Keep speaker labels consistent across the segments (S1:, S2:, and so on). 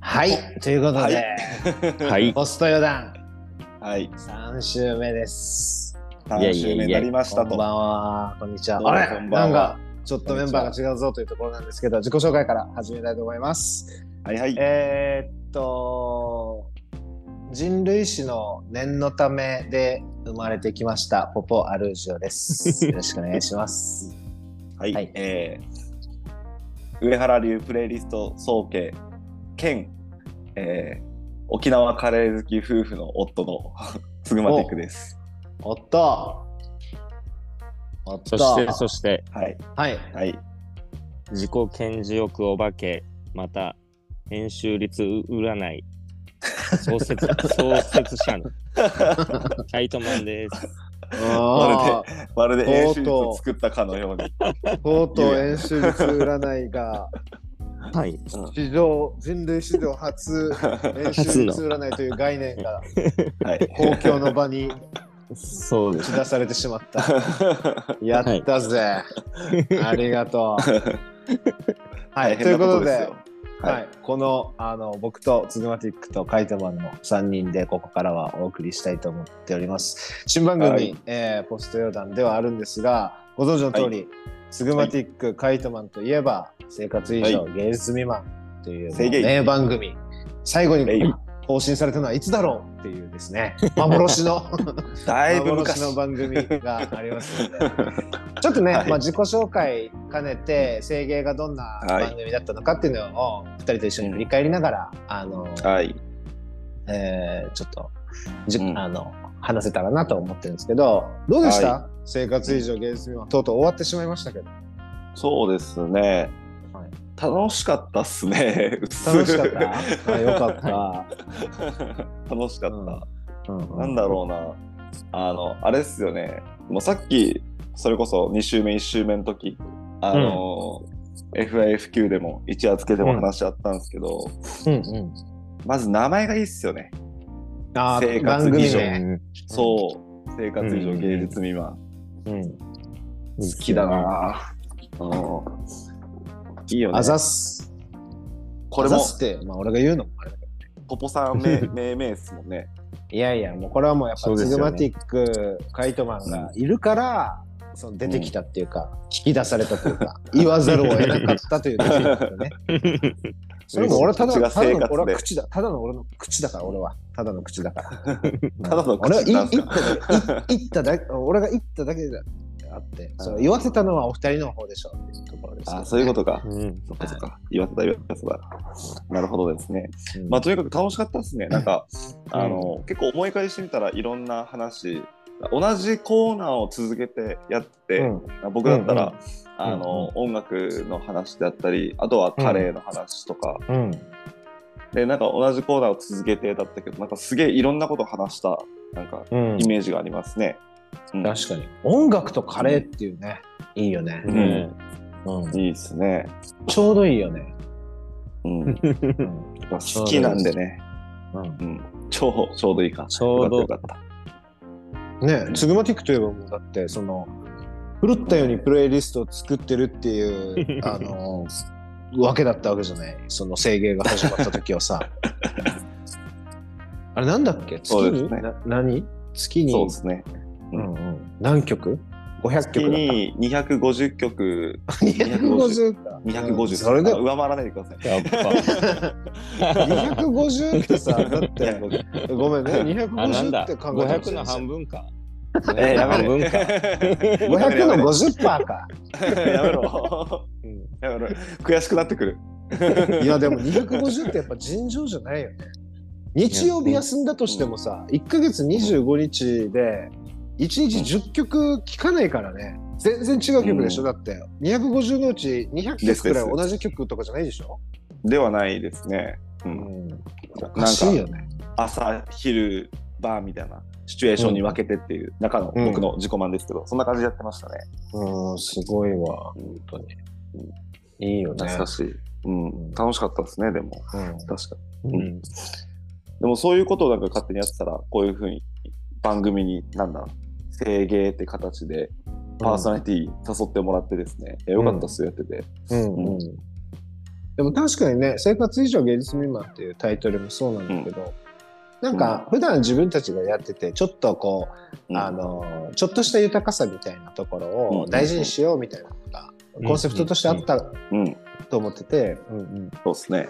S1: はい、ということで、
S2: はい。
S1: ポスト余談
S3: はい。
S1: 3週目です。
S2: いや
S3: 3
S2: いや
S3: 週
S2: いや
S3: 目になりまし
S1: こ
S3: た
S1: ん
S3: と。
S1: ばんは、こんにちは。
S3: どうも
S1: あれ
S3: こんば
S1: なん
S3: んは
S1: か、ちょっとメンバーが違うぞというところなんですけど、自己紹介から始めたいと思います。
S3: はいはい。
S1: えーっと、人類史の念のためで生まれてきました、ポポ・アルージオです。よろしくお願いします。
S3: はい。
S1: はい
S3: えー上原流プレイリスト総計兼、えー沖縄カレー好き夫婦の夫の スグマティックです。
S1: おっと、おっ
S2: そ
S1: と、
S2: して、そして、
S3: はい。
S1: はい、
S3: はい。
S2: 自己顕示欲お化け、また、編集率占い、創設、創設者の、カイトマンです。
S1: あー
S3: まるで
S1: と
S3: 演
S1: うとう
S3: 習を作ったかのように。
S1: とうとう演習率占いが。
S2: はい。
S1: 史上人類史上 初
S3: は
S1: 練習率占いという概念が
S3: い。
S1: 公共 の場に
S2: そうで
S1: 打
S2: す。
S1: ち出されてしまった。やったぜ。 ありがとう。はい、というこ
S3: 大変なことと
S1: で、
S3: ですよ。
S1: はい
S3: はい
S1: このあの僕とツグマティックとカイトマンの3人でここからはお送りしたいと思っております。新番組、
S3: はい
S1: えーポスト余談ではあるんですが、ご存知の通り、ツグマティック、カイトマンといえば、生活以上、
S3: は
S1: 芸術未満という
S3: 制限
S1: 名番組、最後
S3: はい
S1: に更新されたのはいつだろうっていうですね、幻の。
S3: だいぶ
S1: 幻
S3: 昔。
S1: の番組がありますのでちょっとね、
S3: はい
S1: まあ、自己紹介兼ねて声芸がどんな番組だったのかっていうのを2人と一緒に振り返りながら、あの
S3: はい。
S1: えーちょっとじ、
S3: うん
S1: あの話せたらなと思ってるんですけどどうでした、生活以上芸術未満とうとう終わってしまいましたけど
S3: そうですね。
S1: はい
S3: 楽しかったっすね。
S1: 楽しかっ たあよかった、
S3: 楽しかった。
S1: うん うん
S3: なんだろうな、あの、あれですよね、もうさっき、それこそ2週目、1週目の時あの、FIFQ でも一夜つけても話し合ったんですけど、
S1: うんうん
S3: まず名前がいいっすよね。
S1: あー
S3: 生活
S1: 番組
S3: 以上
S1: ね、
S3: そう、生活以上
S2: うん
S3: 芸術未満。
S1: うん、
S3: 好きだ。なぁ。うんいいよね
S1: あ。ざっす
S3: これ
S1: あざっ
S3: も
S1: すって、まあ、俺が言うのもあれだけど
S3: ポポさ んめ命名ですもんね。
S1: いやいや、もうこれはもうやっ
S2: そ
S1: ぱ
S2: うで
S1: ツ
S2: す
S1: グ
S2: よね
S1: マティック、カイトマンがいるから、その出てきたっていうか、引き出されたという か、言わざるを得なかったという出来事ね。それも俺ただ
S3: 口
S1: の
S3: が
S1: ただ
S3: 生
S1: の俺は
S3: 活で。
S1: 口だ。ただの俺の口だから、俺は。ただの口だから。
S3: ただの
S1: 俺は
S3: 口
S1: 言
S3: なん
S1: っ
S3: す
S1: 言っ
S3: か
S1: ただ言っただけ、俺が言っただけであって、その言わせたのはお二人の方でしょうっていうところですけどね、
S3: あ、そういうことか。
S2: うん。
S3: そっかそっか。岩田だ、岩田だ。なるほどですね。
S1: と。
S3: まあ、とにかく楽しかったですね。なんか、
S2: うん
S3: あの、結構思い返してみたらいろんな話、同じコーナーを続けてやって、僕だったら、あの、音楽の話であったり、あとはカレーの話とか、
S1: うん。うん。
S3: で、なんか同じコーナーを続けてだったけど、なんかすげえいろんなこと話した、なんか、
S2: うん
S3: イメージがありますね。うん
S1: 確かに。音楽とカレーっていうね、いいよね。
S2: ね
S1: うん
S3: いいですね。
S1: ちょうどいいよ ね。
S3: うん。
S1: うん
S3: 好きなんでね。
S1: うん
S3: うん。ちょう、ちょうどいいか。
S2: ちょうど
S3: よかったよかっ
S1: ねつぐまティックといえばもうだってその狂ったようにプレイリストを作ってるっていう あのわけだったわけじゃないその制限が始まった時は さあれなんだっけ月
S3: そうで
S1: に、
S3: すね
S1: な何月
S3: た。
S1: に
S3: そうですね。
S1: うんうん、何曲 ?500
S3: 月
S1: 曲だった
S3: に250曲
S1: 250か
S3: 250
S1: それで
S3: あ上回らないでください。
S2: やっ
S1: 250って さだって
S3: 250
S1: ごめんね
S2: ぱ。あ、なん
S1: 250
S2: だ。
S1: って考えたら
S2: 500の半分か。
S3: えー、やめ
S2: 半
S3: ろ。
S2: 分か。
S1: 500の
S3: 分
S1: 50%か
S3: やめろ。やめろ。 悔しくなってくる。
S1: いやでも250ってやっぱ尋常じゃないよね。日曜日休んだとしてもさ、1ヶ月25日で、1日10曲聴かないからね。全然違う曲でしょ、だって。250のうち200
S3: で
S1: 曲
S3: す
S1: く
S3: で
S1: らい
S3: す
S1: 同じ曲とかじゃないでしょ
S3: ではないですね。う。
S1: うんん。
S3: なん
S1: おかしいよ
S3: か
S1: ね。
S3: 朝、昼、晩みたいなシチュエーションに分けてっていう中の
S1: うん
S3: 僕の自己満ですけど、そんな感じでやってましたね。
S1: うん、すごいわ、本当に。いいよね。
S3: 懐かしい。うん。楽しかったですね、でも。
S1: うん
S3: 確かに。
S2: うん。
S3: でもそういうことをなんか勝手にやってたら、こういうふうに番組に、なんだろう、制芸って形でパーソナリティ誘ってもらってですね、いやよかったっすよ、やってて。
S1: うんうんでも確かにね「生活以上芸術未満」っていうタイトルもそうなんだけど、なんか普段自分たちがやっててちょっとこう、
S3: うん
S1: あのちょっとした豊かさみたいなところを大事にしようみたいなのが
S2: うん
S1: コンセプトとしてあった
S3: うん、
S1: と思ってて、うん
S3: そうですね。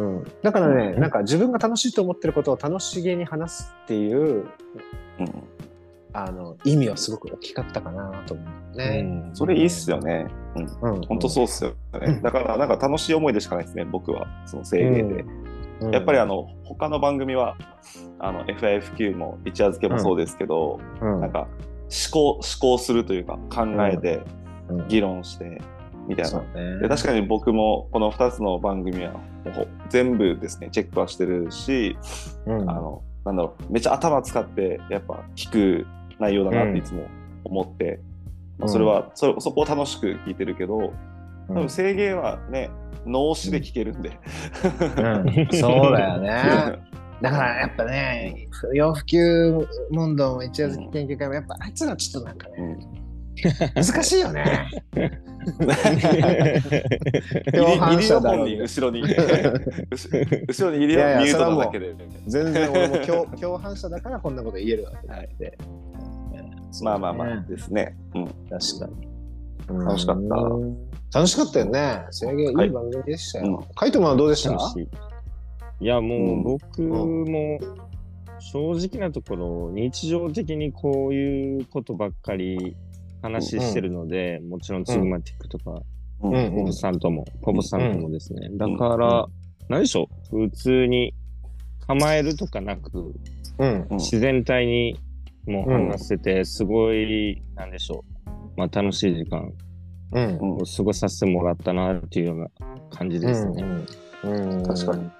S1: うんうん、だからね、
S2: うん
S1: なんか自分が楽しいと思ってることを楽しげに話すっていう
S3: うん、
S1: あの意味はすごく大きかったかなと思うね。
S3: それいいっすよね。
S1: うん
S3: 本当そうっすよ
S1: う
S3: ね
S1: ん。
S3: だから、なんか楽しい思いでしかないですね、僕は、その制限で。
S1: うん
S3: やっぱりあの他の番組はあの FIFQ も一夜漬けもそうですけど、
S1: うん
S3: なんか思考思考するというか考えて
S1: うん
S3: 議論してみたい
S1: そ
S3: な、
S1: うね
S3: で確かに僕もこの2つの番組はもう全部ですねチェックはしてるし、
S1: うん
S3: あのなんだろうめっちゃ頭使ってやっぱ聞く内容だなっていつも思って、まあそれはそれそこを楽しく聞いてるけど多分制限はね脳死で聞けるんで。
S1: うんそうだよね。 だからやっぱね、不要不急問答も一夜漬け研究会もやっぱあいつらちょっとなんかね、
S3: う
S1: 難
S3: ん
S1: しいよ ね。
S3: 入
S1: 共
S3: り
S1: 犯者だろう
S3: 入りの本
S1: ね
S3: 人後ろに後後ろに入り
S1: いやいや
S3: のミュー
S1: それ
S3: ト
S1: はもう
S3: なだけで
S1: 全然俺も共 共犯者だからこんなこと言えるわけないで。
S3: まあまあまあ
S1: ね
S3: ですね、うん、
S1: 確かに。
S3: 楽しかった
S1: うん。楽しかったよね。制限いい番組でした
S3: は
S1: よ。カイトマンはどうでした
S2: 楽しいいやも
S3: うん
S2: う僕も正直なところ日常的にこういうことばっかり話してるので、もちろんツグマティックとか、
S3: う
S1: うん
S3: ん
S2: ポブさんとも、ポブさんともですね。だから、何でしょう普通に構えるとかなく、
S1: うん。
S2: 自然体にもう話せて、すごい、なんでしょう。まあ楽しい時間
S1: うん
S3: う。ん
S2: を過ごさせてもらったなっていうような感じですね。
S1: うん。
S3: 確かに。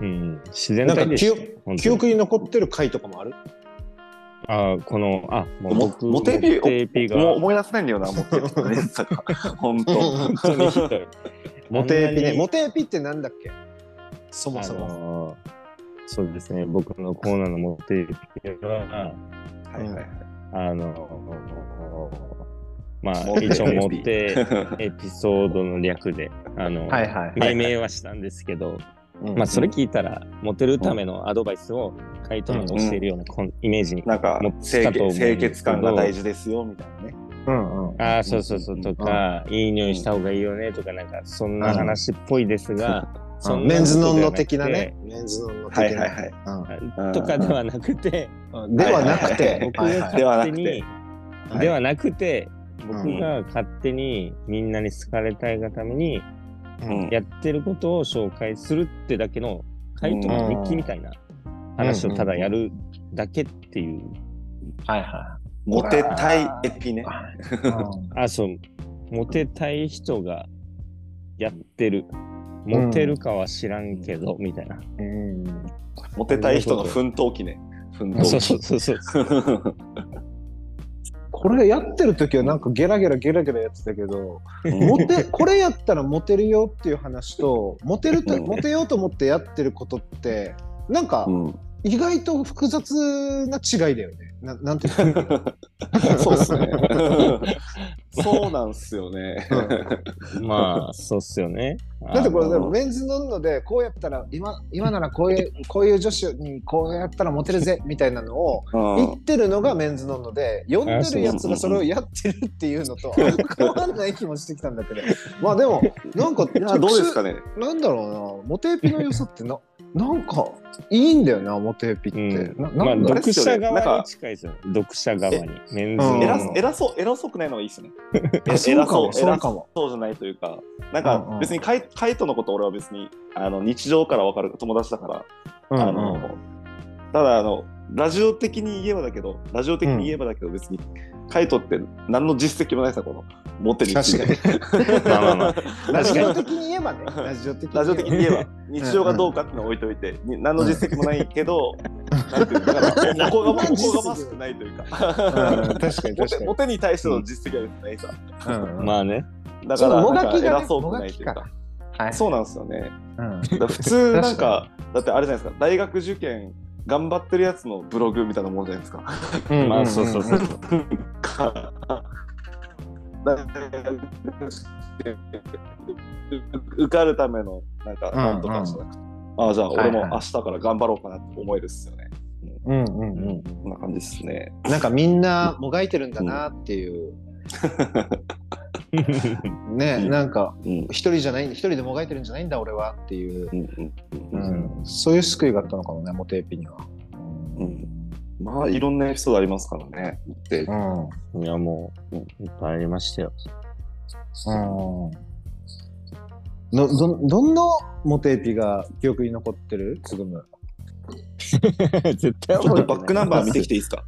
S2: うん。自然
S1: なんか
S2: 体で
S1: 記
S2: し
S1: 憶
S2: た。
S1: 記憶に残ってる回とかもある
S2: ああ、この、あ、もう
S3: も
S2: 僕、
S3: モテビ
S2: モテビ
S3: おもう
S2: が
S3: 思い出せないんだよなモテビの連鎖が 本当
S1: 本
S2: 本当にひどい。
S1: モテエピ
S2: あんな
S1: ね。
S2: に
S1: モテエピってなんだっけそも
S2: あ
S1: そも。
S2: のーそうですね、僕のコーナーの持っているのは、
S3: はいはいはい
S2: あのーまあ、一応持
S3: モ
S2: っ
S3: テ
S2: てエピソードの略で、あの
S1: はいはい。
S2: 命名はしたんですけど、
S1: うん
S2: まあ、それ聞いたら、モテるためのアドバイスをカイトマンが教えるようなこんイメージに。
S3: なんか
S2: 持って
S3: 清
S2: たと思うんで
S3: 潔
S2: すけ
S3: 清
S2: ど
S3: 潔感が大事ですよみたいなね
S1: うんうん。
S2: ああ、そうそうそうとか、いい匂いした方がいいよねとか、なんか、そんな話っぽいですが、そんな
S1: メンズノンの
S2: ことではくて
S1: 的なね。。メンズノンの的な。
S3: はいはいはいうん
S2: とかではなくて、
S1: うん ではなくて、
S2: 僕
S1: はい
S2: が
S1: はい
S3: ではなく
S2: 勝手
S3: て
S2: に、
S1: はい
S2: ではなくて、
S1: ん
S2: 僕が勝手にみんなに好かれたいがために、
S3: うん
S2: やってることを紹介するってだけの、回答の日記みたいな話をただやるだけっていう。
S1: はいは
S3: モテたいエピね
S1: い。うん
S2: あ、そう。モテたい人がやってる。モテるかは知らんけど、みたいな。
S1: うん
S3: モテたい人の奮闘記ね奮
S2: そう
S3: 闘
S2: そう
S3: 記
S2: そうそう。
S1: これやってる時はなんかゲラゲラゲラゲラやってたけど、
S3: うん
S1: モテこれやったらモテるよっていう話と、モテると
S3: うん
S1: モテようと思ってやってることって、なんか
S3: うん
S1: 意外と複雑な違いだよね。ななんていう の
S3: そうです ねそうなんすよね
S2: まあ、そうっすよね。
S1: だってこれ
S3: あ
S1: で
S3: の
S1: もメンズ飲んのでこうやったら今今ならこういうこういう女子にこうやったらモテるぜみたいなのを
S3: うん
S1: 言ってるのがメンズノンノで読んでるやつがそれをやってるっていうのとあんま変わんない気もしてきたんだけどまあでもなんか
S3: いやどうですかね
S1: なんだろうなモテエピの良さってななんかいいんだよなモテエピって、
S2: うん
S1: な
S2: ま
S1: な
S2: あ、
S1: んだ
S3: れっ
S2: 読
S3: すよ
S2: 者
S3: ね
S2: 側
S3: なん
S2: に
S3: か
S2: 近いですよ。読者側に。メンズ
S1: う
S2: の
S1: ん
S3: 偉そ偉そう偉そうくないのがいいですね。
S1: あそうかも
S3: 偉そう
S1: そうかも
S3: そうじゃないというか、なん
S1: うんう
S3: か
S1: ん
S3: 別にカイカイトのこと俺は別にあの日常から分かる友達だから、
S1: うん
S3: あのただあのラジオ的に言えばだけどラジオ的に言えばだけど別に、カイトって何の実績もないさこのモテる
S1: 確かに
S2: まあまあまあ。
S1: ラジオ
S3: 確か
S1: 的に言えばねラジオ的に
S3: にラジオ的に言 えば日常がど
S1: う
S3: うかってのは置いておいて、に何の実績もない けど、なんていうのだからおこがまおこがましくないという
S1: か、
S3: か
S1: うん、。確かに
S3: モテ
S1: 確かに
S3: モテに対しての実績は別にないさ、
S1: うんうん
S2: まあね。
S3: だ
S1: そ
S3: か
S1: う
S3: ら
S1: もが
S3: なんか
S1: きがね
S3: 偉そうくないという
S1: もがきか
S3: か。
S1: はい
S3: そうなんですよね。
S1: うん
S3: だから普通なん
S1: 確か
S3: かだってあれじゃないですか大学受験頑張ってるやつのブログみたいなもんじゃないですか。
S1: うん
S2: まあ、そうそうそう。
S3: だから受かるためのなんかなんとかじゃなくて、ああじゃあ俺も
S1: はいはい
S3: 明日から頑張ろうかなって思えるっすよね。
S1: うんうんうん。
S3: こんな感じですね。
S1: なんかみんなもがいてるんだなっていう。ね、
S3: うん
S1: なんか
S3: うん
S1: 一人じゃない、一人でもがいてるんじゃないんだ俺はっていう、
S3: うんうんう
S1: うん
S3: うん
S1: ん、そういう救いがあったのかもね、モテエピには。
S3: うんまあいろんなエピソードありますからね。で
S1: うん。
S2: いや、もう、いっぱいありましたよ。
S1: うん。のどんどんなモテエピが記憶に残ってるつぐむ。
S2: 絶対
S3: ちょっ
S2: 覚え
S3: と
S2: て
S3: バ
S2: ない
S3: ックナンバー見てきていいで すか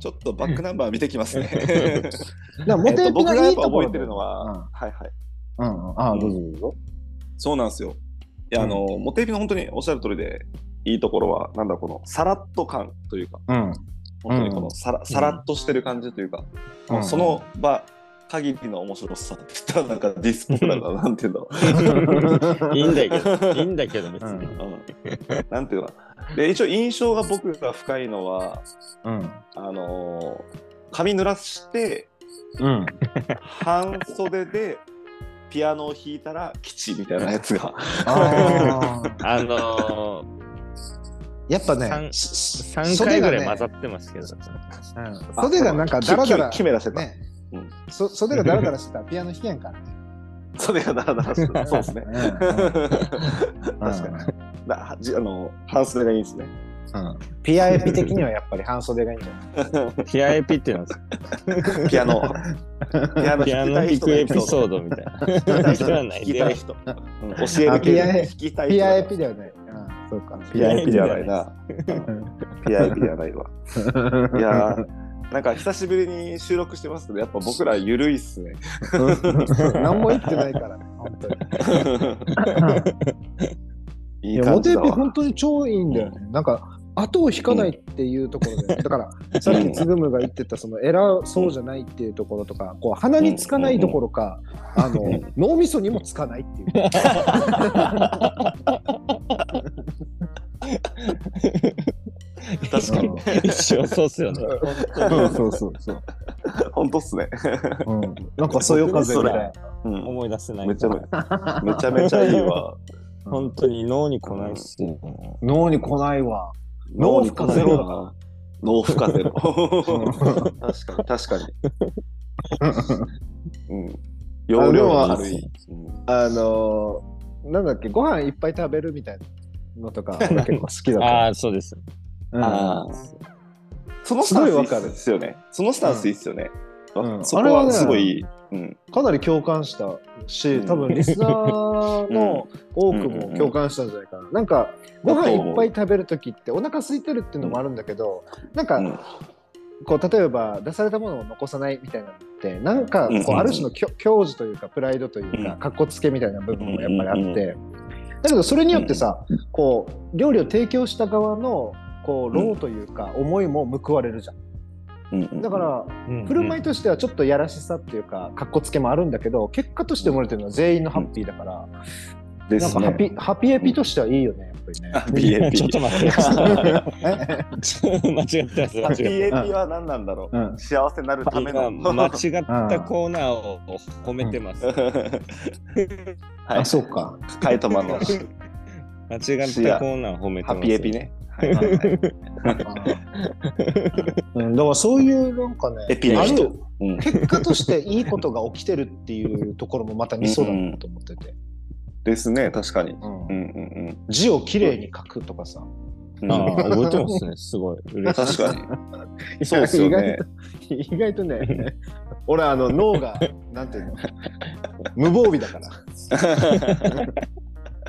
S3: ちょっとバックナンバー見てきますね。
S1: だからモテエピ
S3: 僕が
S1: が
S3: や
S1: い
S3: っ
S1: い
S3: ぱ
S1: とこ
S3: 覚
S1: ろ
S3: えてるのは、
S1: うん
S3: はいはい。
S1: うんうん、ああ、どうぞどうぞ。
S3: そうなんですよ。いや、あの、モテエビの本当におっしゃる通りで、いいところは、なんだ、このさらっと感というか、
S1: うん。
S3: 本当にこのさら,、さらっとしてる感じというか、もうその場限りの面白さって言ったら、なんかディスプレイだな、なんていうんだ ろ
S2: いいんだけど、いいんだけど、別に。
S3: う。うん、なんていうのかなで、一応印象が僕が深いのは、
S1: うん。
S3: あのー髪濡らして、
S1: うん。
S3: 半袖で、ピアノを弾いたら吉みたいなやつが。
S1: あ あ。
S2: あの
S1: やっぱ
S2: ー、
S1: ね、
S2: 三3回ぐらい混ざってますけど。
S1: うん袖がなんかダラダラ。
S3: 決め出せた。
S1: ね
S3: うん
S1: そ袖がダラダラしてたらピアノ弾けんからね。
S3: それがダラダラしてた。そうですね。
S1: 確
S3: 確かに。だはじあの、半袖がいいですね。
S1: うん。ピアエピ的にはやっぱり半袖がいいんじゃない
S2: ピアエ ピってなんですか
S3: ピアノ。ピアノ
S2: ピアノ
S3: 弾
S2: 弾
S3: き
S2: く
S3: たい
S2: エピ
S3: 人
S2: ソードみたいな。
S3: 弾
S2: 知らない
S3: きたい人。うん教え
S1: あ
S3: る
S1: ピ
S3: 系
S1: アノ
S3: 弾きたい人。
S1: ピアエピだよね。うん、そうか。
S3: ピアエピではない
S2: ピア
S3: な。ピアエピではないわ。いやー。なんか久しぶりに収録してますけど、やっぱ僕らゆるいっすね。
S1: 何も言って ないからね、本当に。
S3: い
S1: い
S3: い
S1: やモ
S3: 感
S1: テ
S3: じ
S1: エ
S3: だ
S1: ピ
S3: わ
S1: 本。当に超いいんだよね。なんか後を引かないっていうところで、だからさっきつぐむが言ってたその偉そうじゃないっていうところとか、こう鼻につかないどころか、あの脳みそにもつかないっていう。
S3: 確かに。
S2: 一生そうっすよね。
S1: うん、そうそうそう。
S3: 本当っすね。
S1: うん、なんかそよ風みたいな。
S3: うん
S2: 思い出せない。
S3: めちゃめめちゃめちゃいいわ。
S2: 本当に脳に来ないっすよ。
S1: 脳に来ないわ。
S3: 脳負荷ゼロだな。脳負荷ゼロ。 確かに、確かに。うん。容量が軽い。うん
S1: あのーなんだっけ、ご飯いっぱい食べるみたいなのとか、俺結構好きだから。
S2: ああ、そうです。
S1: うん
S3: あーそのス
S1: すご
S3: タ
S1: いわ
S3: ン
S1: か
S3: ス
S1: る
S3: いいっすよね。そのスタンスいいっすよね。
S1: うん
S3: わそ
S1: あれ
S3: こ
S1: はね
S3: はすごいいい。うん。
S1: かなり共感したし、
S3: うん
S1: 多分リスナーの多くも共感したんじゃないかな。なんか、ご飯いっぱい食べるときって、お腹空いてるっていうのもあるんだけど、なんか、
S3: うん
S1: こう例えば出されたものを残さないみたいなのってなんか
S3: うん
S1: こ
S3: う
S1: うんある種のきょ矜持というかプライドという
S3: う
S1: か
S3: ん
S1: かっこつけみたいな部分もやっぱりあっ
S3: うんうん
S1: てだけどそれによってさこう料理を提供した側のこう労というか思いも報われるじゃん
S3: うんうん
S1: だから振る舞いとしてはちょっとやらしさっていうかかっこつけもあるんだけど結果として生まれてるのは全員のハッピーだから
S3: で
S1: なん
S3: す
S1: かハピ
S3: ね。。
S1: ハピエピとしてはいいよねやっぱりね
S3: BAP。
S2: ちょっと待って。
S1: え
S2: 間違ってます、間
S3: ハ
S2: 違
S3: ピ
S2: って
S3: ーエピは何なんだろ
S1: う
S3: うん幸せになるための。
S2: 今間違 ったコーナーを褒めてます。
S3: はい
S1: あそうか。
S3: カイ トマンの
S2: 間違ったコーナーを褒めてま
S3: ハ
S2: す。
S3: ピーエピね。はい
S1: はいはいうん、だからそういうなんかね
S3: エピの
S1: あ
S3: 人
S1: る。
S3: うん
S1: 結果としていいことが起きてるっていうところもまたミソだなと思ってて、
S3: ですね、確かに。
S1: うん
S3: うんうん
S1: 字をきれいに書くとかさ、
S3: うん
S2: あ
S3: うん。
S2: あ覚えてますね、すごい。嬉しい。
S3: 確 かに。そうっすよね。
S1: 意外と意外とね 俺あの脳がなんていうの無防備だから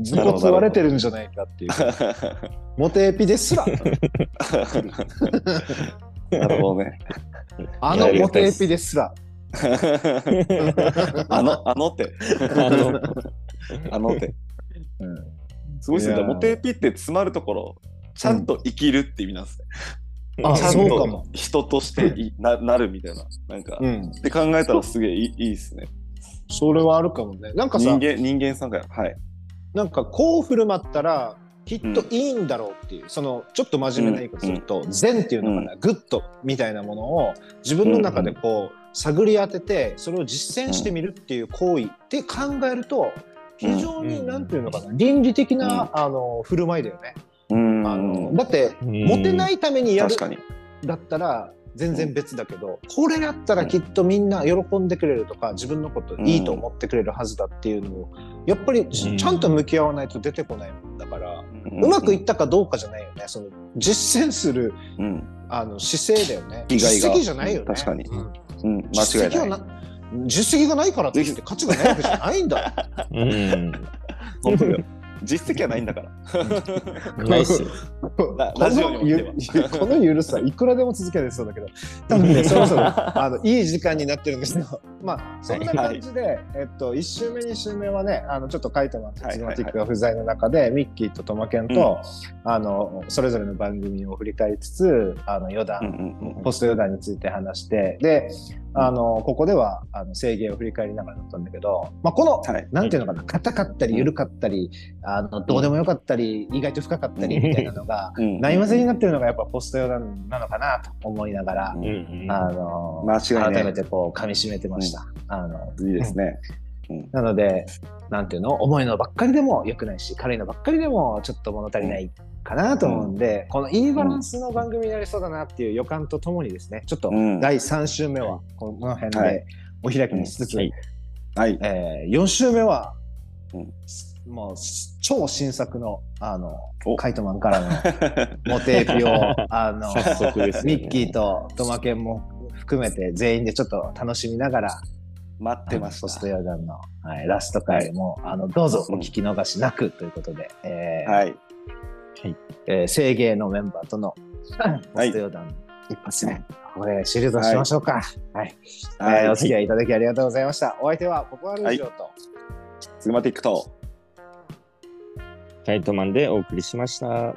S1: ずっとつわれてるんじゃないかっていうモテエピです ら
S3: なるほど ね。
S1: あのモテエピですら
S3: あの、あの手。
S2: あの、
S3: あの手。
S1: うん
S3: すごいです
S1: い
S3: ね。
S1: やー
S3: モテピって詰まるところ、 ちゃんと生きるって意味なんですね。
S1: あ
S3: ちゃん
S1: そうか
S3: と
S1: も
S3: 人としていななるみたいな。なんか、
S1: うん
S3: って考えたらすげえいいいいですね。
S1: それはあるかもねなんか
S3: 人
S1: さ
S3: 間、人間さんが、はい。
S1: なんかこう振る舞ったらきっといいんだろうっていう、そのちょっと真面目な言い方すると「善」っていうのかな「グッド」みたいなものを自分の中でこう、探り当ててそれを実践してみるっていう行為って考えると非常
S2: う
S1: に
S2: ん
S1: なんていうのかな倫理的なあの振る舞いだよね。
S3: うん
S1: あのだって
S2: うん
S1: モテないためにやる
S3: 確かに。
S1: だったら全然別だけど、これだったらきっとみんな喜んでくれるとか自分のこといいと思ってくれるはずだっていうのをやっぱり
S2: うん
S1: ちゃんと向き合わないと出てこないもんだから、
S3: う
S1: うまくいったかどうかじゃないよねその実践する
S3: うん、
S1: あの姿勢だよね
S3: 意外が
S1: 実績じゃないよね
S3: 確かに、
S1: うん
S3: うん、間違い
S1: 実績
S3: な
S1: はい実績がないからって言って価値がないわけじゃないんだ
S2: うん。
S3: 本当よ実績はないんだから
S2: ないっすよ。
S1: こ
S3: ララジオに
S1: の
S3: も言って
S1: ゆ このゆるさいくらでも続けられそう だけど多分ねそろそろあのいい時間になってるんですけど、 まあ、そんな感じで、えっと、1週目、2週目はね、あのちょっとカイトマンと
S3: はい
S1: ズ
S3: はいは
S1: マ
S3: い
S1: ティックが不在の中で、ミッキーとトマケンと、あのそれぞれの番組を振り返りつつ、あの余
S3: うん
S1: 談、
S3: うん
S1: ポスト余談について話して、で、あのここではあの制限を振り返りながらだったんだけど、まあ、この、
S3: はい
S1: なんていうのかな、硬かったり、緩かったり、あのどうでもよかったり、意外と深かったりみたいなのが、
S3: うん
S1: ないまぜになってるのがやっぱポスト余談なのかなと思いながら
S2: う、んうん。
S1: あの
S3: 間違いない
S1: 改めてこう噛み締めてました、あの
S3: いいですね、うん
S1: なのでなんていうの重いのばっかりでも良くないし軽いのばっかりでもちょっと物足りないかなと思うんで、このいいバランスの番組になりそうだなっていう予感とともにですねちょっと
S3: うん
S1: 第3週目はこの辺
S3: は
S1: で
S3: い
S1: お開きにしつつ、
S2: はい
S3: はい
S1: え4週目は、
S3: うん
S1: もう超新作のあの
S3: お
S1: カイトマンからのモテエピをあの
S2: 早速ですね
S1: ミッキーとトマケンも含めて全員でちょっと楽しみながら
S3: 待ってまし
S1: ポスト
S3: た
S1: ヨガの、はい、ラスト回もあのどうぞお聞き逃しなくということで、えー
S3: はい
S1: えー制芸のメンバーとのポストヨガの一発目、これシリーズしましょうか、はい
S3: はい
S1: えーお付き合いいただきありがとうございましたお相手はポポアルジオと、
S3: スグマティックと
S2: カイトマンでお送りしました。
S3: あ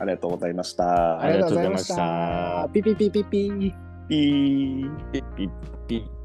S3: りがとうございました
S1: ありがとうございまし
S2: ありがとうございま
S1: たピピピ
S2: した
S1: ピピ
S3: ピー
S2: ピッピッ